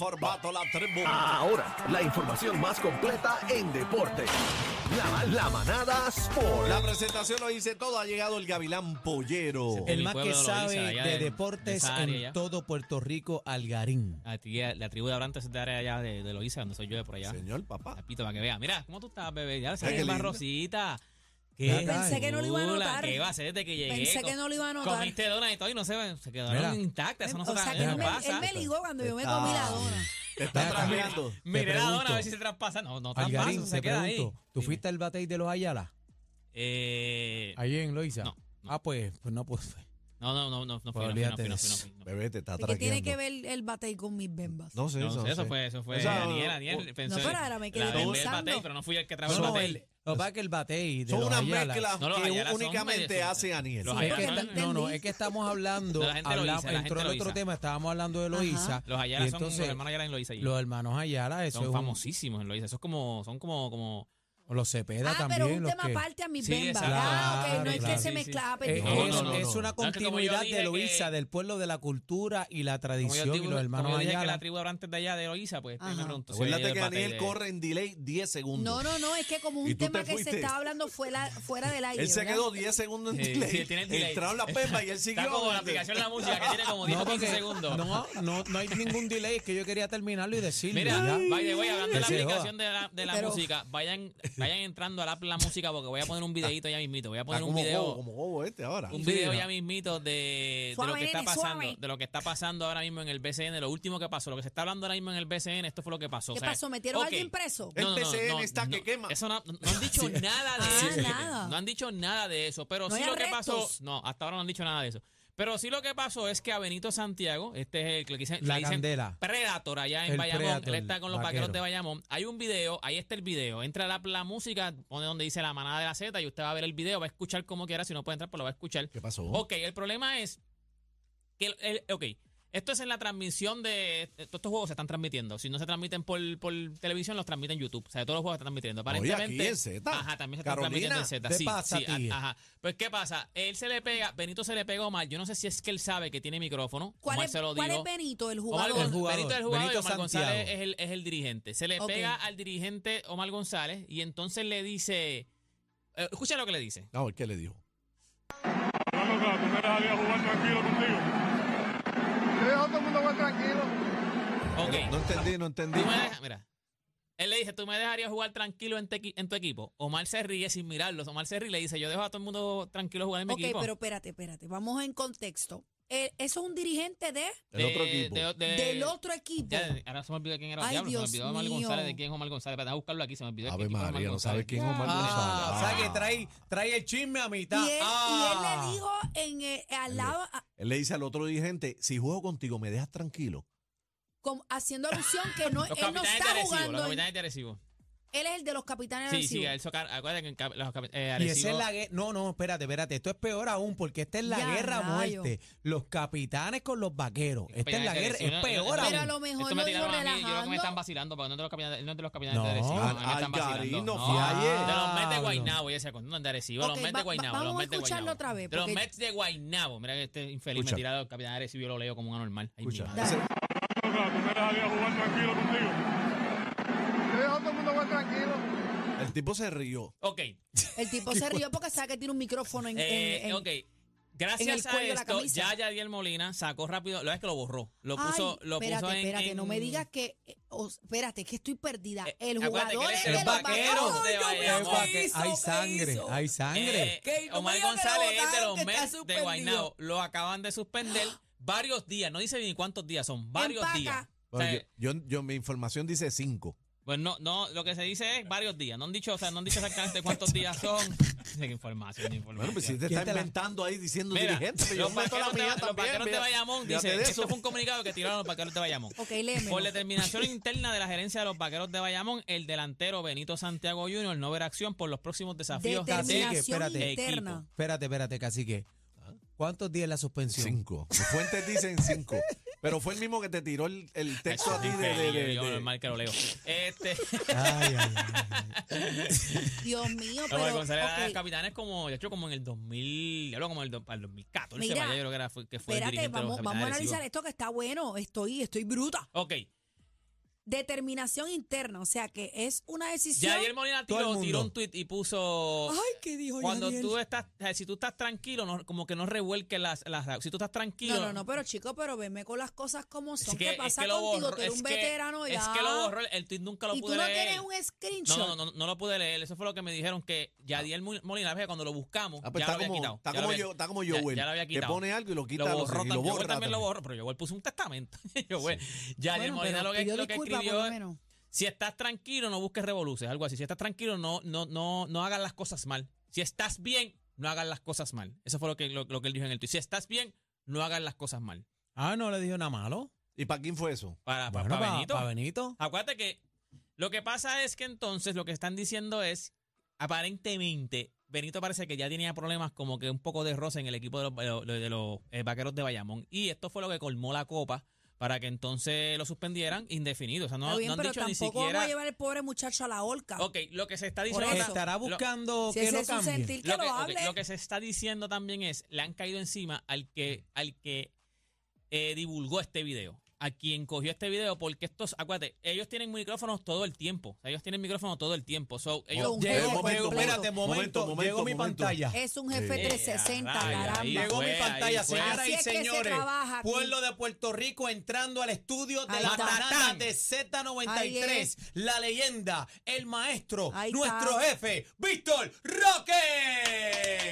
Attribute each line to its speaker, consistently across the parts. Speaker 1: Formato La Tribu.
Speaker 2: Ahora, la información más completa en deporte. La, la manada Sport.
Speaker 1: La presentación lo dice todo. Ha llegado el Gavilán Pollero.
Speaker 3: El
Speaker 4: Mi
Speaker 3: más que
Speaker 4: pueblo lo
Speaker 3: sabe
Speaker 4: dice allá
Speaker 3: de
Speaker 4: del- de
Speaker 3: deportes
Speaker 4: esa área
Speaker 3: en
Speaker 4: ya. Ah,
Speaker 3: todo Puerto Rico, Algarín.
Speaker 4: A ti, eh, a- la tribu de Abrantes es de área allá de, de Loíza, donde soy yo de por allá.
Speaker 1: Señor papá.
Speaker 4: Papito, para que vea. Mira, ¿cómo tú estás, bebé? Ya
Speaker 1: Ay, qué
Speaker 4: se más
Speaker 1: lindo.
Speaker 4: rosita.
Speaker 3: Yo
Speaker 5: pensé que no lo iba a
Speaker 4: chula,
Speaker 5: notar.
Speaker 4: ¿Qué va a ser desde que llegué?
Speaker 5: Pensé
Speaker 4: Co-
Speaker 5: que no lo iba a notar.
Speaker 4: Comiste donas y todo y no se, se quedaron
Speaker 3: Mira.
Speaker 4: intactas. Eso no se
Speaker 5: o sea,
Speaker 4: tra-
Speaker 5: que
Speaker 4: no
Speaker 5: él me, él
Speaker 4: pasa.
Speaker 5: me ligó cuando yo me
Speaker 1: Ah.
Speaker 5: comí la dona.
Speaker 1: Te está
Speaker 3: Mira,
Speaker 1: trajeando.
Speaker 4: Miré
Speaker 3: Te
Speaker 4: la dona a
Speaker 3: pregunto.
Speaker 4: ver si se traspasa. No, no traspasa,
Speaker 3: Algarín,
Speaker 4: eso
Speaker 3: te
Speaker 4: se queda ahí.
Speaker 3: pregunto, ¿tú
Speaker 4: Dime.
Speaker 3: fuiste al batey de los Ayala?
Speaker 4: Eh,
Speaker 3: Ahí en Loiza.
Speaker 4: No, no.
Speaker 3: Ah, pues, pues no, pues.
Speaker 4: no, no, no, no, no fui, no fui, no
Speaker 3: olvídate
Speaker 4: fui, no
Speaker 3: de
Speaker 4: fui, no
Speaker 3: eso.
Speaker 4: fui, no fui.
Speaker 1: Bebé, te está
Speaker 5: ¿Y ¿Qué tiene
Speaker 1: trajeando.
Speaker 5: que ver el batey con mis bembas?
Speaker 1: No sé,
Speaker 4: No
Speaker 1: eso,
Speaker 4: sé,
Speaker 1: no
Speaker 4: eso
Speaker 1: sé.
Speaker 4: fue, eso fue
Speaker 1: O sea,
Speaker 4: Daniel,
Speaker 1: o-
Speaker 4: Daniel pensó
Speaker 5: no, pero ahora me quedé
Speaker 4: la vendí el
Speaker 5: pensando.
Speaker 4: batey, pero no fui el que trajo
Speaker 3: No,
Speaker 4: el
Speaker 3: no,
Speaker 4: batey.
Speaker 3: el, lo que pasa es que el batey de
Speaker 1: Son
Speaker 3: los
Speaker 1: unas
Speaker 3: Ayala-
Speaker 1: mezclas
Speaker 4: No, los
Speaker 1: que
Speaker 4: Ayala son
Speaker 1: únicamente
Speaker 4: medio-
Speaker 1: hace Aniel.
Speaker 4: Los
Speaker 5: Sí,
Speaker 4: Ayala
Speaker 3: Es que
Speaker 4: no,
Speaker 3: ta- no, no, es que estamos hablando,
Speaker 4: La gente lo
Speaker 3: hablamos-
Speaker 4: dice, la gente
Speaker 3: entró el
Speaker 4: lo
Speaker 3: otro
Speaker 4: dice.
Speaker 3: tema, estábamos hablando de Loiza.
Speaker 4: Los Ayala
Speaker 3: y
Speaker 4: son, los
Speaker 3: entonces,
Speaker 4: hermanos Ayala en Loíza. y-
Speaker 3: los hermanos Ayala, eso es
Speaker 4: son
Speaker 3: un-
Speaker 4: famosísimos en Loíza. Eso es como, son como, como.
Speaker 3: Los Cepeda
Speaker 5: Ah,
Speaker 3: también.
Speaker 5: pero es un
Speaker 3: los
Speaker 5: tema
Speaker 3: que-
Speaker 5: aparte pues, a mis
Speaker 4: Sí,
Speaker 5: bembas.
Speaker 4: exacto.
Speaker 5: Ah, ok, no es
Speaker 3: Claro,
Speaker 5: que se
Speaker 4: sí,
Speaker 5: mezclaba.
Speaker 4: sí.
Speaker 3: Eh,
Speaker 5: perdón.
Speaker 4: No,
Speaker 3: es,
Speaker 4: no, no,
Speaker 3: es
Speaker 4: no.
Speaker 3: una
Speaker 4: No, es que como yo
Speaker 3: continuidad
Speaker 4: dije
Speaker 3: de
Speaker 4: que-
Speaker 3: Loiza, del pueblo, de la cultura y la
Speaker 4: Como yo,
Speaker 3: tradición.
Speaker 4: digo,
Speaker 3: y los hermanos
Speaker 4: como yo dije que
Speaker 3: Ayala.
Speaker 4: la tribu de Abrantes de allá de Loíza, pues este, me
Speaker 5: Ajá.
Speaker 4: pregunto. si
Speaker 1: Acuérdate
Speaker 4: el
Speaker 1: que
Speaker 4: batey
Speaker 1: Daniel
Speaker 4: de-
Speaker 1: corre en delay 10 segundos.
Speaker 5: No, no, no, es que como
Speaker 1: ¿Y
Speaker 5: un
Speaker 1: tú
Speaker 5: tema
Speaker 1: te
Speaker 5: que
Speaker 1: fuiste?
Speaker 5: se estaba hablando fuera, fuera del aire.
Speaker 1: Él se
Speaker 5: ¿verdad?
Speaker 1: quedó 10 segundos en
Speaker 4: Sí,
Speaker 1: delay.
Speaker 4: sí, tiene delay.
Speaker 1: Entraron las pepas y él siguió.
Speaker 4: Está como la aplicación de la música que tiene como 10 o 15 segundos.
Speaker 3: no, no, no hay ningún delay, es que yo quería terminarlo y decirlo.
Speaker 4: Mira,
Speaker 3: ya.
Speaker 4: by the way, hablando de
Speaker 3: Que
Speaker 4: la
Speaker 3: se
Speaker 4: aplicación
Speaker 3: joda.
Speaker 4: de la, de la
Speaker 5: Pero-
Speaker 4: música, vayan, vayan entrando al app La Música porque voy a poner un videito ya mismito. Voy a
Speaker 1: Está
Speaker 4: poner un
Speaker 1: como
Speaker 4: video.
Speaker 1: bobo, como bobo este ahora.
Speaker 4: un
Speaker 3: Sí,
Speaker 4: video
Speaker 3: no.
Speaker 4: ya mismito de, de
Speaker 5: Suave,
Speaker 4: lo que está
Speaker 5: nene,
Speaker 4: pasando,
Speaker 5: suave.
Speaker 4: de lo que está pasando ahora mismo en el BCN, lo último que pasó, lo que se está hablando ahora mismo en el BCN, esto fue lo que pasó.
Speaker 5: ¿Qué
Speaker 4: o sea,
Speaker 5: pasó? ¿Metieron a
Speaker 4: ok.
Speaker 5: alguien preso?
Speaker 1: El BCN está que quema.
Speaker 4: Eso no, no han dicho nada de
Speaker 5: Ah,
Speaker 4: eso.
Speaker 5: nada.
Speaker 4: No han dicho nada de eso, pero
Speaker 5: No
Speaker 4: sí
Speaker 5: hay
Speaker 4: lo que
Speaker 5: arrestos.
Speaker 4: pasó, no, hasta ahora no han dicho nada de eso. Pero sí lo que pasó es que a Benito Santiago, este es el que le dicen,
Speaker 3: La
Speaker 4: le dicen
Speaker 3: candela.
Speaker 4: Predator allá en
Speaker 3: El
Speaker 4: Bayamón,
Speaker 3: Predator,
Speaker 4: él está con los vaqueros
Speaker 3: vaquero.
Speaker 4: de Bayamón. Hay un video, ahí está el video. Entra a la, la música, pone donde dice la manada de la Z y usted va a ver el video, va a escuchar como quiera, si no puede entrar, pues lo va a escuchar.
Speaker 1: ¿Qué pasó?
Speaker 4: Ok, el problema es que, el- el- ok, esto es en la transmisión de, todos estos juegos se están transmitiendo. Si no se transmiten por, por televisión, los transmiten en YouTube. O sea, todos los juegos se están transmitiendo.
Speaker 1: Oye,
Speaker 4: Aparentemente,
Speaker 1: aquí en Z.
Speaker 4: Ajá, también se están
Speaker 1: Carolina,
Speaker 4: transmitiendo en Z.
Speaker 3: ¿qué
Speaker 4: Sí,
Speaker 3: pasa,
Speaker 4: sí, a-
Speaker 3: Tigre?
Speaker 4: ajá. Pues, ¿qué pasa? Él se le pega, Benito se le pegó mal. Yo no sé si es que él sabe que tiene micrófono.
Speaker 5: ¿Cuál,
Speaker 4: Omar
Speaker 5: es,
Speaker 4: se lo
Speaker 5: cuál
Speaker 4: digo.
Speaker 5: es Benito, el
Speaker 4: Omar
Speaker 5: jugador?
Speaker 3: González.
Speaker 4: Gon- Benito es el jugador
Speaker 3: Benito
Speaker 4: y Omar González
Speaker 3: Santiago.
Speaker 4: es el, es el dirigente. Se le
Speaker 5: Ok.
Speaker 4: pega al dirigente Omar González y entonces le dice... eh, escucha lo que le dice.
Speaker 1: No, ¿qué le dijo?
Speaker 6: Carlos, tú me dejarías jugar tranquilo contigo.
Speaker 7: Yo dejo a todo el mundo jugar tranquilo.
Speaker 4: Ok.
Speaker 1: No entendí, no entendí.
Speaker 4: Tú me dejas- mira. Él le dice, ¿tú me dejarías jugar tranquilo en, tequi- en tu equipo? Omar se ríe sin mirarlo. Omar se ríe y le dice, yo dejo a todo el mundo tranquilo jugar en mi
Speaker 5: ok,
Speaker 4: equipo.
Speaker 5: pero espérate, espérate. Vamos en contexto. Eh, eso es un dirigente de,
Speaker 1: El otro equipo.
Speaker 5: del otro equipo.
Speaker 4: Eh, Ya, ahora se me olvidó quién era el
Speaker 5: Ay,
Speaker 4: diablo.
Speaker 5: Dios
Speaker 4: se me olvidó Omar
Speaker 5: mío.
Speaker 4: González. ¿De quién es Omar González? Para buscarlo aquí, se me olvidó. de qué
Speaker 1: Ave
Speaker 4: equipo es Omar
Speaker 1: María, no
Speaker 4: González.
Speaker 1: sabes quién es Omar González.
Speaker 3: Ah, o sea
Speaker 1: Ah.
Speaker 3: que trae, trae el chisme a
Speaker 5: Y
Speaker 3: mitad.
Speaker 5: él, y él
Speaker 3: Ah.
Speaker 5: le dijo en, eh, al lado, a-
Speaker 1: Él le dice al otro dirigente, si juego contigo, me dejas tranquilo.
Speaker 5: como haciendo alusión que no,
Speaker 4: Los
Speaker 5: él
Speaker 4: capitanes
Speaker 5: no
Speaker 4: de
Speaker 5: está
Speaker 4: Arecibo. Los
Speaker 5: jugando. Ah, en-
Speaker 4: capitanes de Arecibo.
Speaker 5: él es el de los capitanes de
Speaker 4: Sí, sí,
Speaker 5: Arecibo.
Speaker 4: eso, car- acuérdate que en cap- los capi- eh,
Speaker 3: Y esa
Speaker 4: Arecibo...
Speaker 3: es la guerra. No, no, espérate, espérate. Esto es peor aún, porque esta es la
Speaker 5: Ya,
Speaker 3: guerra a
Speaker 5: rayo.
Speaker 3: muerte. Los capitanes con los vaqueros. Esta es la
Speaker 4: capitanes de
Speaker 3: guerra.
Speaker 4: Arecibo.
Speaker 3: Es
Speaker 4: No, no,
Speaker 3: peor
Speaker 4: no,
Speaker 5: Pero a
Speaker 3: aún.
Speaker 5: lo mejor
Speaker 4: Esto
Speaker 5: lo
Speaker 4: me
Speaker 5: digo
Speaker 4: tiraron a mí, yo creo que me están
Speaker 5: relajando.
Speaker 4: vacilando porque no es de los capitanes, no es de los capitanes de
Speaker 3: No,
Speaker 4: Arecibo. a mí
Speaker 1: al-
Speaker 4: me están
Speaker 1: Algarín
Speaker 4: vacilando.
Speaker 1: no
Speaker 4: No,
Speaker 1: falle.
Speaker 4: de los Mets de
Speaker 3: Diablo.
Speaker 4: Guaynabo, yo decía, cuando de Arecibo,
Speaker 5: Ok,
Speaker 4: los Mets
Speaker 5: va-
Speaker 4: de
Speaker 5: va-
Speaker 4: Guaynabo,
Speaker 5: vamos
Speaker 4: los
Speaker 5: a
Speaker 4: Mets de
Speaker 5: escucharlo
Speaker 4: Guaynabo.
Speaker 5: otra vez,
Speaker 4: De los
Speaker 5: porque-
Speaker 4: Mets de Guaynabo, mira que este infeliz
Speaker 1: Escucha.
Speaker 4: me tirado al capitán de Arecibo, yo lo leo como un anormal. Ay, mi
Speaker 1: Escucha,
Speaker 4: madre.
Speaker 1: ese-
Speaker 6: Carlos, tú me dejarías jugar tranquilo contigo.
Speaker 7: Yo dejo a todo el mundo jugar tranquilo.
Speaker 1: el tipo se rió.
Speaker 4: Ok,
Speaker 5: El tipo se rió porque sabe que tiene un micrófono en, en-
Speaker 4: eh,
Speaker 5: en-
Speaker 4: ok. Gracias a
Speaker 5: cuello de la
Speaker 4: esto,
Speaker 5: camisa.
Speaker 4: ya Yadiel Molina sacó rápido, lo es que lo borró, lo
Speaker 5: Ay,
Speaker 4: puso, lo
Speaker 5: espérate,
Speaker 4: puso en...
Speaker 5: espérate, no me
Speaker 4: en-
Speaker 5: digas que... eh, os- espérate, es que estoy perdida.
Speaker 4: Eh,
Speaker 5: El
Speaker 4: acuérdate que
Speaker 5: jugador
Speaker 4: él
Speaker 5: es
Speaker 4: es
Speaker 5: de
Speaker 4: el
Speaker 5: los
Speaker 4: vaquero
Speaker 5: vaqueros.
Speaker 4: de
Speaker 5: Ay, yo me
Speaker 4: Bayamón.
Speaker 5: amo.
Speaker 3: Es que hay sangre, hay sangre.
Speaker 4: Eh, Omar González es de los Mets de Guaynabo. Lo acaban de suspender varios días. No dice ni cuántos días son. Varios
Speaker 5: Empaca.
Speaker 4: días. O
Speaker 1: Bueno,
Speaker 4: sea,
Speaker 1: yo, yo- yo- mi información dice cinco.
Speaker 4: pues no, no, lo que se dice es varios días. No han dicho, o sea, no han dicho exactamente cuántos días son. Sí, qué información, qué información.
Speaker 1: Bueno, pues si te
Speaker 3: ¿Quién
Speaker 1: está
Speaker 3: te la-
Speaker 1: inventando ahí diciendo
Speaker 4: Mira,
Speaker 1: dirigente, pero yo
Speaker 4: los
Speaker 1: meto la
Speaker 4: vaqueros de,
Speaker 1: mía
Speaker 4: los
Speaker 1: también.
Speaker 4: vaqueros de
Speaker 1: vea.
Speaker 4: Bayamón
Speaker 1: Fíjate
Speaker 4: dicen,
Speaker 1: de
Speaker 4: esto
Speaker 1: eso.
Speaker 4: fue un comunicado que tiraron los vaqueros de Bayamón.
Speaker 5: Ok, léemelo.
Speaker 4: Por determinación interna de la gerencia de los vaqueros de Bayamón, el delantero Benito Santiago Jr. no verá acción por los próximos desafíos de
Speaker 3: Cacique,
Speaker 5: Determinación
Speaker 3: espérate.
Speaker 5: interna.
Speaker 3: Espérate, espérate, cacique. ¿Cuántos días la suspensión?
Speaker 1: Cinco. Mis fuentes dicen cinco. Pero fue el mismo que te tiró el, el texto a ti de... de- de-
Speaker 4: Yo,
Speaker 1: de-
Speaker 4: normal que lo leo. Este,
Speaker 3: Ay, ay, ay.
Speaker 5: Dios mío,
Speaker 4: Pero,
Speaker 5: pero...
Speaker 4: González era
Speaker 5: ok,
Speaker 4: capitán es como, de hecho, como en el 2000, ya hablo como en el, do- para el 2014,
Speaker 5: Mira,
Speaker 4: para allá, yo creo que, era, fue- que fue el
Speaker 5: Espérate,
Speaker 4: dirigente de los
Speaker 5: vamos,
Speaker 4: capitanes
Speaker 5: vamos a
Speaker 4: de Arecibo.
Speaker 5: analizar esto que está bueno. Estoy, estoy bruta.
Speaker 4: Ok,
Speaker 5: determinación interna, o sea que es una decisión.
Speaker 4: Yadiel Molina
Speaker 3: Todo el
Speaker 4: tiró,
Speaker 3: mundo.
Speaker 4: tiró un tweet y puso.
Speaker 5: Ay, ¿qué dijo
Speaker 4: Cuando
Speaker 5: Yadiel?
Speaker 4: tú estás, o sea, si tú estás tranquilo, no- como que no revuelque las, las. Si tú estás tranquilo.
Speaker 5: No, no, no, pero chico, pero venme con las cosas como
Speaker 4: Es
Speaker 5: son.
Speaker 4: que-
Speaker 5: ¿Qué pasa
Speaker 4: es que lo
Speaker 5: contigo?
Speaker 4: borró,
Speaker 5: tú eres un
Speaker 4: es que-
Speaker 5: veterano ya.
Speaker 4: Es que lo borró, el tweet nunca lo
Speaker 5: y tú
Speaker 4: pude
Speaker 5: no
Speaker 4: leer.
Speaker 5: tienes un
Speaker 4: No,
Speaker 5: screenshot.
Speaker 4: no, no, no lo pude leer. Eso fue lo que me dijeron que Yadiel Mol- Molina, fíjate, cuando lo buscamos,
Speaker 1: Ah, pues
Speaker 4: ya lo
Speaker 1: está,
Speaker 4: había
Speaker 1: como,
Speaker 4: quitado.
Speaker 1: está,
Speaker 4: ya lo
Speaker 1: como
Speaker 4: había-
Speaker 1: yo, está como
Speaker 4: ya-
Speaker 1: Joel,
Speaker 4: ya lo había
Speaker 1: que
Speaker 4: quitado.
Speaker 1: pone algo y lo quita,
Speaker 4: lo
Speaker 1: lo, y
Speaker 4: borró, también,
Speaker 1: lo
Speaker 4: Joel
Speaker 1: borra.
Speaker 4: también lo
Speaker 1: también.
Speaker 4: borró, pero Joel puso un testamento. Joel, Yadiel
Speaker 5: Bueno,
Speaker 4: Molina
Speaker 5: pero
Speaker 4: lo que,
Speaker 5: pidió
Speaker 4: lo que
Speaker 5: disculpas, por
Speaker 4: escribió
Speaker 5: lo
Speaker 4: es,
Speaker 5: menos.
Speaker 4: si estás tranquilo, no busques revoluciones, algo así. Si estás tranquilo, no, no, no, no hagas las cosas mal. Si estás bien, no hagas las cosas mal. Eso fue lo que, lo, lo que él dijo en el tweet. Si estás bien, no hagas las cosas mal.
Speaker 3: Ah, no le dijo nada malo.
Speaker 1: ¿Y para quién fue eso?
Speaker 4: Para, para-
Speaker 3: Bueno,
Speaker 4: para
Speaker 3: pa-
Speaker 4: Benito.
Speaker 3: pa' Benito.
Speaker 4: Acuérdate que lo que pasa es que entonces lo que están diciendo es, aparentemente, Benito parece que ya tenía problemas como que un poco de roce en el equipo de los, de los- de los, eh, vaqueros de Bayamón. Y esto fue lo que colmó la copa para que entonces lo suspendieran indefinido. O sea, no,
Speaker 5: Está bien,
Speaker 4: no han
Speaker 5: pero
Speaker 4: dicho ni
Speaker 5: tampoco vamos
Speaker 4: siquiera...
Speaker 5: a llevar al pobre muchacho a la horca.
Speaker 4: Ok, lo que se está diciendo...
Speaker 5: eso.
Speaker 3: Estará
Speaker 4: lo-
Speaker 3: buscando
Speaker 5: Si
Speaker 3: que
Speaker 5: ese
Speaker 3: lo
Speaker 5: es su
Speaker 3: cambie.
Speaker 5: sentir, que
Speaker 4: lo
Speaker 5: lo
Speaker 4: ok,
Speaker 5: hable.
Speaker 4: lo que se está diciendo también es, le han caído encima al que, al que eh, divulgó este video, a quien cogió este video, porque estos, acuérdate, ellos tienen micrófonos todo el tiempo. o sea, ellos tienen micrófonos todo el tiempo. So, ellos,
Speaker 5: un
Speaker 3: Llegó,
Speaker 5: juego
Speaker 3: momento,
Speaker 5: completo. pues,
Speaker 3: espérate, momento,
Speaker 1: Momento,
Speaker 3: llegó mi
Speaker 1: momento.
Speaker 3: pantalla.
Speaker 5: Es un jefe
Speaker 1: Sí.
Speaker 5: 360,
Speaker 4: Eh, a
Speaker 5: caramba.
Speaker 4: rayos,
Speaker 3: Llegó
Speaker 4: Fue
Speaker 3: mi
Speaker 4: ahí,
Speaker 3: pantalla,
Speaker 4: fue.
Speaker 3: señoras
Speaker 5: Así
Speaker 3: y
Speaker 5: es que se
Speaker 3: señores.
Speaker 5: trabaja aquí.
Speaker 3: Pueblo de Puerto Rico entrando al estudio de
Speaker 5: Ahí
Speaker 3: la
Speaker 5: está.
Speaker 3: manada de
Speaker 5: Ahí
Speaker 3: Z93.
Speaker 5: es.
Speaker 3: La leyenda, el maestro,
Speaker 5: Ahí está.
Speaker 3: nuestro jefe, Víctor Roque.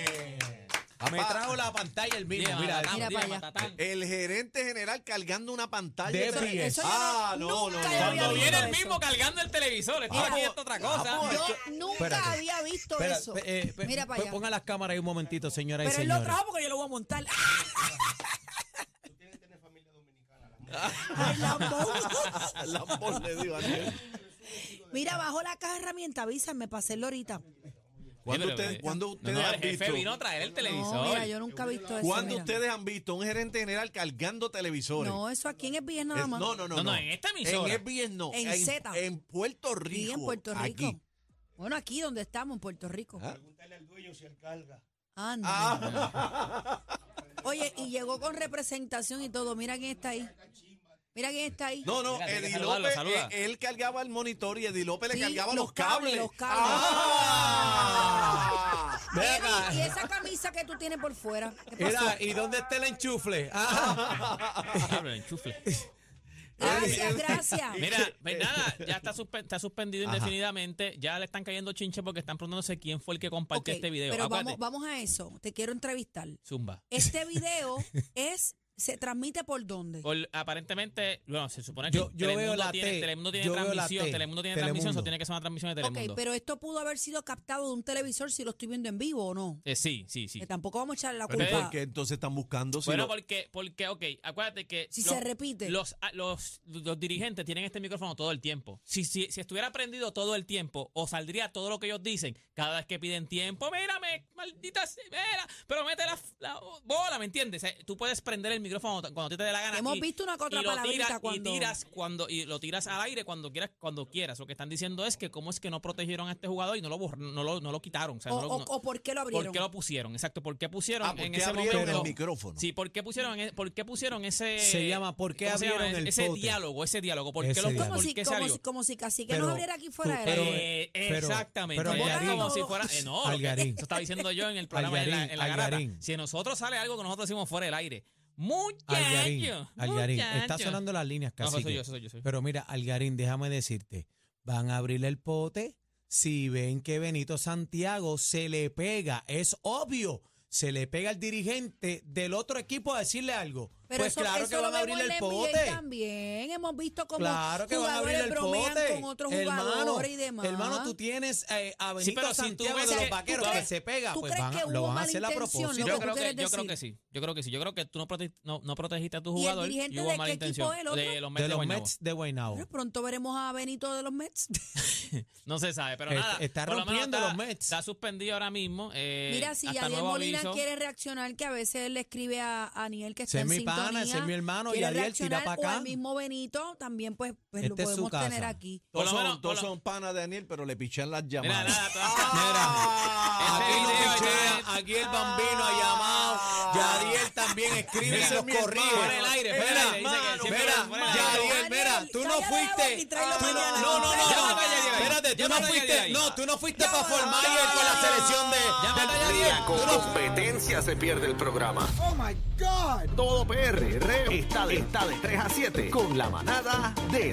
Speaker 3: Ah, Me
Speaker 1: Papá.
Speaker 3: trajo la pantalla el mismo.
Speaker 4: Lleva,
Speaker 3: Mira,
Speaker 4: tatán,
Speaker 5: mira
Speaker 4: lleva,
Speaker 5: para allá.
Speaker 4: tatán.
Speaker 1: El gerente general cargando una pantalla.
Speaker 3: De
Speaker 1: Eso-
Speaker 3: pie.
Speaker 5: Eso yo
Speaker 1: Ah,
Speaker 5: no-
Speaker 1: no, no.
Speaker 5: nunca
Speaker 1: no.
Speaker 5: yo había
Speaker 4: Cuando viene el
Speaker 5: eso.
Speaker 4: mismo cargando el televisor, esto
Speaker 5: Mira,
Speaker 4: aquí es otra cosa.
Speaker 1: ah,
Speaker 5: Yo nunca
Speaker 3: Espérate.
Speaker 5: había visto
Speaker 3: Espera,
Speaker 5: eso.
Speaker 3: pe- eh, pe-
Speaker 5: Mira para
Speaker 3: pe-
Speaker 5: allá.
Speaker 3: Ponga las cámaras ahí un momentito, señoras
Speaker 5: Pero
Speaker 3: y
Speaker 5: él
Speaker 3: señores.
Speaker 5: lo trajo porque yo lo voy a montar. ¡Ah! Ay, lambón.
Speaker 1: El Lambón le dio a
Speaker 5: Pues
Speaker 1: él.
Speaker 5: Mira, bajo la caja de herramientas, avísame para hacerlo ahorita.
Speaker 1: ¿Cuándo
Speaker 4: Sí, pero-
Speaker 1: ustedes, cuándo
Speaker 4: No,
Speaker 1: ustedes
Speaker 4: no, el
Speaker 1: han
Speaker 4: jefe
Speaker 1: visto?
Speaker 4: vino a traer el
Speaker 5: No,
Speaker 4: televisor.
Speaker 5: mira, yo nunca he visto eso.
Speaker 1: ¿Cuándo
Speaker 5: mira.
Speaker 1: ustedes han visto un gerente general cargando televisores?
Speaker 5: No, eso aquí en SBS
Speaker 1: Es-
Speaker 5: nada más.
Speaker 1: no, no, no,
Speaker 4: No, no, en esta
Speaker 1: En
Speaker 4: emisora.
Speaker 1: SBS no.
Speaker 5: En Z.
Speaker 1: En Puerto
Speaker 5: Aquí
Speaker 1: Rico.
Speaker 5: en Puerto Rico.
Speaker 1: Aquí.
Speaker 5: Bueno, aquí donde estamos, en Puerto Rico.
Speaker 1: Ah.
Speaker 5: Anda. Oye, y llegó con representación y todo. Mira quién está ahí. Mira quién está ahí.
Speaker 1: No, no,
Speaker 4: Mira, tiene que
Speaker 1: Eddie
Speaker 4: saludarlo,
Speaker 1: López,
Speaker 4: saluda.
Speaker 1: eh, él cargaba el monitor y Eddie López
Speaker 5: Sí,
Speaker 1: le cargaba los,
Speaker 5: los cables,
Speaker 1: cables.
Speaker 5: los cables.
Speaker 1: ¡Ah!
Speaker 3: Ven
Speaker 5: Eddie,
Speaker 3: acá.
Speaker 5: y esa camisa que tú tienes por fuera. ¿Qué pasó?
Speaker 3: Mira, ¿y dónde está el enchufle? Ah,
Speaker 4: Habla, enchufle.
Speaker 5: Gracias, gracias.
Speaker 4: Mira, pues nada, ya está, suspe- está suspendido indefinidamente. Ya le están cayendo chinches porque están preguntándose quién fue el que compartió
Speaker 5: Ok,
Speaker 4: este video.
Speaker 5: Pero vamos,
Speaker 4: Acuérdate.
Speaker 5: vamos a eso. Te quiero entrevistar.
Speaker 4: Zumba.
Speaker 5: Este video es se transmite por dónde.
Speaker 4: Por- aparentemente, bueno, se supone que
Speaker 3: Yo- yo
Speaker 4: Telemundo,
Speaker 3: veo la
Speaker 4: tiene,
Speaker 3: T,
Speaker 4: Telemundo tiene
Speaker 3: yo veo la
Speaker 4: transmisión,
Speaker 3: T,
Speaker 4: Telemundo tiene
Speaker 3: Telemundo.
Speaker 4: transmisión, eso tiene que ser una transmisión de
Speaker 5: Ok,
Speaker 4: Telemundo.
Speaker 5: pero esto pudo haber sido captado de un televisor si lo estoy viendo en vivo o no.
Speaker 4: Eh, sí, sí, sí.
Speaker 5: Que tampoco vamos a echarle la
Speaker 1: Pero
Speaker 5: culpa.
Speaker 1: ¿por qué entonces están buscando? Si
Speaker 4: bueno,
Speaker 1: lo-
Speaker 4: porque, porque, ok, acuérdate que...
Speaker 5: Si se repite.
Speaker 4: Los, ah, los, los dirigentes tienen este micrófono todo el tiempo. Si, si, si estuviera prendido todo el tiempo, o saldría todo lo que ellos dicen cada vez que piden tiempo. Mírame, maldita sea, mira, pero mete la, la bola, ¿me entiendes? O sea, tú puedes prender el micrófono t- cuando a ti te dé la gana.
Speaker 5: Hemos
Speaker 4: y-
Speaker 5: visto una que otra
Speaker 4: y lo
Speaker 5: palabrita
Speaker 4: tiras-
Speaker 5: cuando-
Speaker 4: Y, tiras cuando, y lo tiras al aire cuando quieras. cuando quieras. Lo que están diciendo es que cómo es que no protegieron a este jugador y no lo, borr- no lo, no lo quitaron. O sea,
Speaker 5: o,
Speaker 4: no lo-
Speaker 5: o-
Speaker 4: no-
Speaker 5: o por qué lo abrieron.
Speaker 4: ¿Por qué lo pusieron? Exacto, ¿por qué pusieron
Speaker 1: Ah, ¿por
Speaker 4: en
Speaker 1: qué
Speaker 4: ese
Speaker 1: abrieron
Speaker 4: momento?
Speaker 1: el micrófono?
Speaker 4: Sí, ¿por qué pusieron, e- por qué pusieron ese
Speaker 3: Se llama, ¿por qué
Speaker 4: ¿cómo se llama?
Speaker 3: abrieron el
Speaker 4: ese
Speaker 3: pote?
Speaker 4: diálogo, ese diálogo, ¿por qué
Speaker 3: Ese
Speaker 4: lo
Speaker 3: diálogo.
Speaker 5: como
Speaker 4: ¿por
Speaker 5: si,
Speaker 4: qué
Speaker 5: como,
Speaker 4: salió?
Speaker 5: si, como si casi que nos abriera aquí fuera
Speaker 3: pero-
Speaker 5: de la...
Speaker 4: Eh,
Speaker 3: pero-
Speaker 4: exactamente.
Speaker 3: pero
Speaker 4: Era
Speaker 5: Algarín.
Speaker 4: como si fuera. eh, no, lo que-
Speaker 3: Algarín.
Speaker 4: eso estaba diciendo yo en el programa en la, en la garata.
Speaker 3: Algarín.
Speaker 4: Si a nosotros sale algo que nosotros decimos fuera del aire. Muchacho.
Speaker 3: Algarín, Algarín, está
Speaker 4: muchacho.
Speaker 3: sonando las líneas
Speaker 4: No,
Speaker 3: casi.
Speaker 4: eso soy yo, eso soy yo. soy yo.
Speaker 3: Pero mira, Algarín, déjame decirte, van a abrir el pote si ven que Benito Santiago se le pega, es obvio, se le pega al dirigente del otro equipo a decirle algo.
Speaker 5: Pero
Speaker 3: pues
Speaker 5: eso,
Speaker 3: claro que
Speaker 5: eso
Speaker 3: van
Speaker 5: lo
Speaker 3: a abrir
Speaker 5: vemos
Speaker 3: el
Speaker 5: en la NBA
Speaker 3: pote.
Speaker 5: También hemos visto como
Speaker 3: Claro que van a abrir
Speaker 5: jugadores
Speaker 3: el
Speaker 5: bromean
Speaker 3: pote.
Speaker 5: con otros jugadores
Speaker 3: hermano,
Speaker 5: y demás.
Speaker 3: hermano, tú tienes eh, a Benito
Speaker 4: pero si tú
Speaker 3: Santiago
Speaker 4: ves
Speaker 3: de los
Speaker 4: que-
Speaker 3: vaqueros
Speaker 4: ¿tú
Speaker 3: que
Speaker 4: crees-
Speaker 3: se pega,
Speaker 5: tú
Speaker 3: pues
Speaker 5: crees
Speaker 3: van,
Speaker 5: que
Speaker 3: lo
Speaker 5: hubo
Speaker 3: van a hacer a
Speaker 5: malintención,
Speaker 3: propósito.
Speaker 5: lo
Speaker 4: Yo
Speaker 5: que
Speaker 4: creo
Speaker 5: tú
Speaker 4: que,
Speaker 5: quieres
Speaker 4: yo creo que
Speaker 5: decir.
Speaker 4: sí. Yo creo que sí. Yo creo que tú no, prote- no, no protegiste a tu
Speaker 5: el
Speaker 4: jugador y,
Speaker 5: dirigente
Speaker 4: hubo
Speaker 5: de qué
Speaker 4: mala
Speaker 5: equipo
Speaker 4: intención.
Speaker 5: es el otro?
Speaker 4: De los Mets
Speaker 3: de
Speaker 4: de
Speaker 3: los
Speaker 4: Guaynabo.
Speaker 3: Mets de Guaynabo.
Speaker 5: Pero pronto veremos a Benito de los Mets.
Speaker 4: No se sabe, pero
Speaker 3: Est-
Speaker 4: nada.
Speaker 3: está
Speaker 4: por lo menos
Speaker 3: rompiendo
Speaker 4: está-
Speaker 3: los Mets.
Speaker 4: Está suspendido ahora mismo. eh,
Speaker 5: Mira, si
Speaker 4: hasta
Speaker 5: Yadier
Speaker 4: nuevo
Speaker 5: Molina
Speaker 4: aviso.
Speaker 5: quiere reaccionar, que a veces él le escribe a, a Aniel que
Speaker 3: Ese
Speaker 5: está
Speaker 3: es
Speaker 5: en
Speaker 3: mi
Speaker 5: sintonía.
Speaker 3: pana, ese es mi hermano,
Speaker 5: quiere
Speaker 3: Yadier,
Speaker 5: reaccionar,
Speaker 3: tira pa'
Speaker 5: O
Speaker 3: acá.
Speaker 5: al mismo Benito, también pues, pues lo
Speaker 3: Esta es su
Speaker 5: podemos
Speaker 3: casa.
Speaker 5: tener aquí.
Speaker 4: Por
Speaker 1: Todos
Speaker 4: lo
Speaker 1: son,
Speaker 4: menos-
Speaker 1: todos
Speaker 4: por lo-
Speaker 1: son panas de Daniel, pero le pichan las
Speaker 4: Mira,
Speaker 1: llamadas.
Speaker 4: nada, todas-
Speaker 1: Ah,
Speaker 4: Ese
Speaker 3: Aquí no
Speaker 4: video este ya
Speaker 3: pichea,
Speaker 4: es-
Speaker 3: aquí el bambino ha llamado, Yadiel también escribe
Speaker 4: Mira,
Speaker 3: y los
Speaker 1: mi hermano.
Speaker 3: corrige.
Speaker 4: Fuera el aire, fuera el
Speaker 3: Mira,
Speaker 4: aire, dice que siempre
Speaker 3: mira,
Speaker 4: fuera el aire.
Speaker 3: Yadiel, mira,
Speaker 5: Bambi,
Speaker 3: tú no
Speaker 5: cállala de
Speaker 3: fuiste.
Speaker 5: Bambi, tráelo
Speaker 3: tú no-
Speaker 5: mañana.
Speaker 3: No, no,
Speaker 5: Tráelo
Speaker 3: no.
Speaker 4: mañana.
Speaker 3: Espérate, tú
Speaker 4: Llama
Speaker 3: no
Speaker 4: a Yadier
Speaker 3: fuiste.
Speaker 4: ahí.
Speaker 3: No, tú no fuiste para
Speaker 5: Llama a
Speaker 3: formar
Speaker 5: Yadier.
Speaker 3: con la selección de.
Speaker 4: Llama a
Speaker 3: del-
Speaker 4: Yadier.
Speaker 2: La competencia se pierde el programa.
Speaker 8: Oh my God.
Speaker 2: Todo PR está de, está de 3 a 7 con la manada de la